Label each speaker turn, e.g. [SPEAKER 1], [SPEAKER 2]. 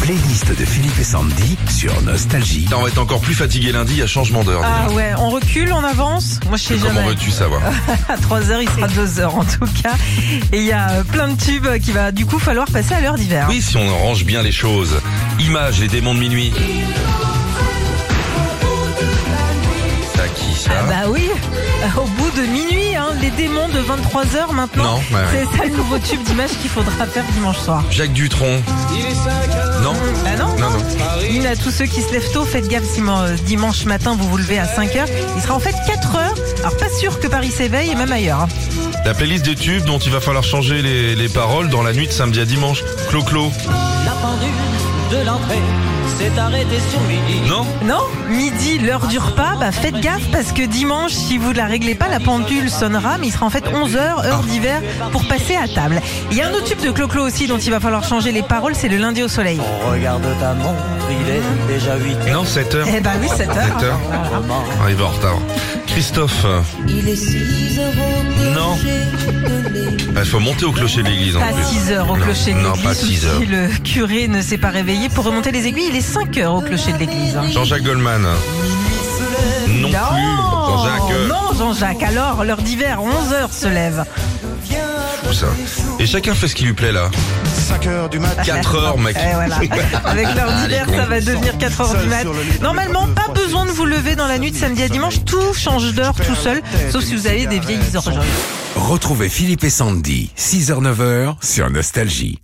[SPEAKER 1] playlist de Philippe et Sandy sur Nostalgie.
[SPEAKER 2] Putain, on va être encore plus fatigué lundi à changement d'heure.
[SPEAKER 3] Ah ouais, on recule, on avance. Moi, je sais
[SPEAKER 2] Comment Ah.
[SPEAKER 3] jamais. Ah
[SPEAKER 2] veux-tu savoir
[SPEAKER 3] À 3h, il sera 2h en tout cas. Et il y a euh, plein de tubes qui va du coup falloir passer à l'heure d'hiver.
[SPEAKER 2] Oui, si on range bien les choses. Images, les démons de minuit. T'as qui ça
[SPEAKER 3] Bah oui, au bout de minuit, hein, les démons de 23h maintenant.
[SPEAKER 2] Non, bah ouais, ouais.
[SPEAKER 3] C'est ça le nouveau tube d'image qu'il faudra faire dimanche soir.
[SPEAKER 2] Jacques Dutronc. Non
[SPEAKER 3] Ah non,
[SPEAKER 2] Non, non.
[SPEAKER 3] Une à tous ceux qui se lèvent tôt, faites gaffe si euh, dimanche matin vous vous levez à 5h. Il sera en fait 4h. Alors pas sûr que Paris s'éveille et même ailleurs. hein.
[SPEAKER 2] La playlist des tubes dont il va falloir changer les, les paroles dans la nuit de samedi à dimanche. Clo-Clo.
[SPEAKER 4] La pendule de l'entrée s'est arrêtée sur midi.
[SPEAKER 2] Non
[SPEAKER 3] Non, midi, l'heure du repas, bah faites gaffe parce que dimanche, si vous ne la réglez pas, la pendule sonnera, mais il sera en fait 11h, heure d'hiver, pour passer à table. Il y a un autre tube de Clo-Clo aussi dont il va falloir changer les paroles, c'est le lundi au soleil.
[SPEAKER 4] Regarde ta montre, il est déjà 8 heures.
[SPEAKER 2] Non, 7 heures.
[SPEAKER 3] Eh ben oui, 7h.
[SPEAKER 2] 7 heures. Ah, il va en retard. Christophe.
[SPEAKER 5] Il est 6 euros.
[SPEAKER 2] Non. Il Bah, faut monter au clocher de l'église. en
[SPEAKER 3] Pas
[SPEAKER 2] plus.
[SPEAKER 3] 6 heures au
[SPEAKER 2] Non,
[SPEAKER 3] clocher de
[SPEAKER 2] Non,
[SPEAKER 3] l'église.
[SPEAKER 2] pas 6 heures.
[SPEAKER 3] Si le curé ne s'est pas réveillé pour remonter les aiguilles, il est 5 heures au clocher de l'église.
[SPEAKER 2] Jean-Jacques Goldman. Non, plus. Jean-Jacques. euh,
[SPEAKER 3] Oh, Non, Jean-Jacques, alors l'heure d'hiver, 11h se lève.
[SPEAKER 2] tout ça. Et chacun fait ce qui lui plaît là.
[SPEAKER 6] 5 heures du mat.
[SPEAKER 2] 4 heures, mec.
[SPEAKER 3] Eh, voilà. Avec l'heure
[SPEAKER 2] Ah,
[SPEAKER 3] d'hiver,
[SPEAKER 2] les cons.
[SPEAKER 3] ça va devenir 4 heures du mat. Normalement, pas besoin de vous lever dans la nuit de samedi à dimanche. Tout change d'heure tout seul, sauf si vous avez des vieilles horloges.
[SPEAKER 1] Retrouvez Philippe et Sandy, 6h-9h sur Nostalgie.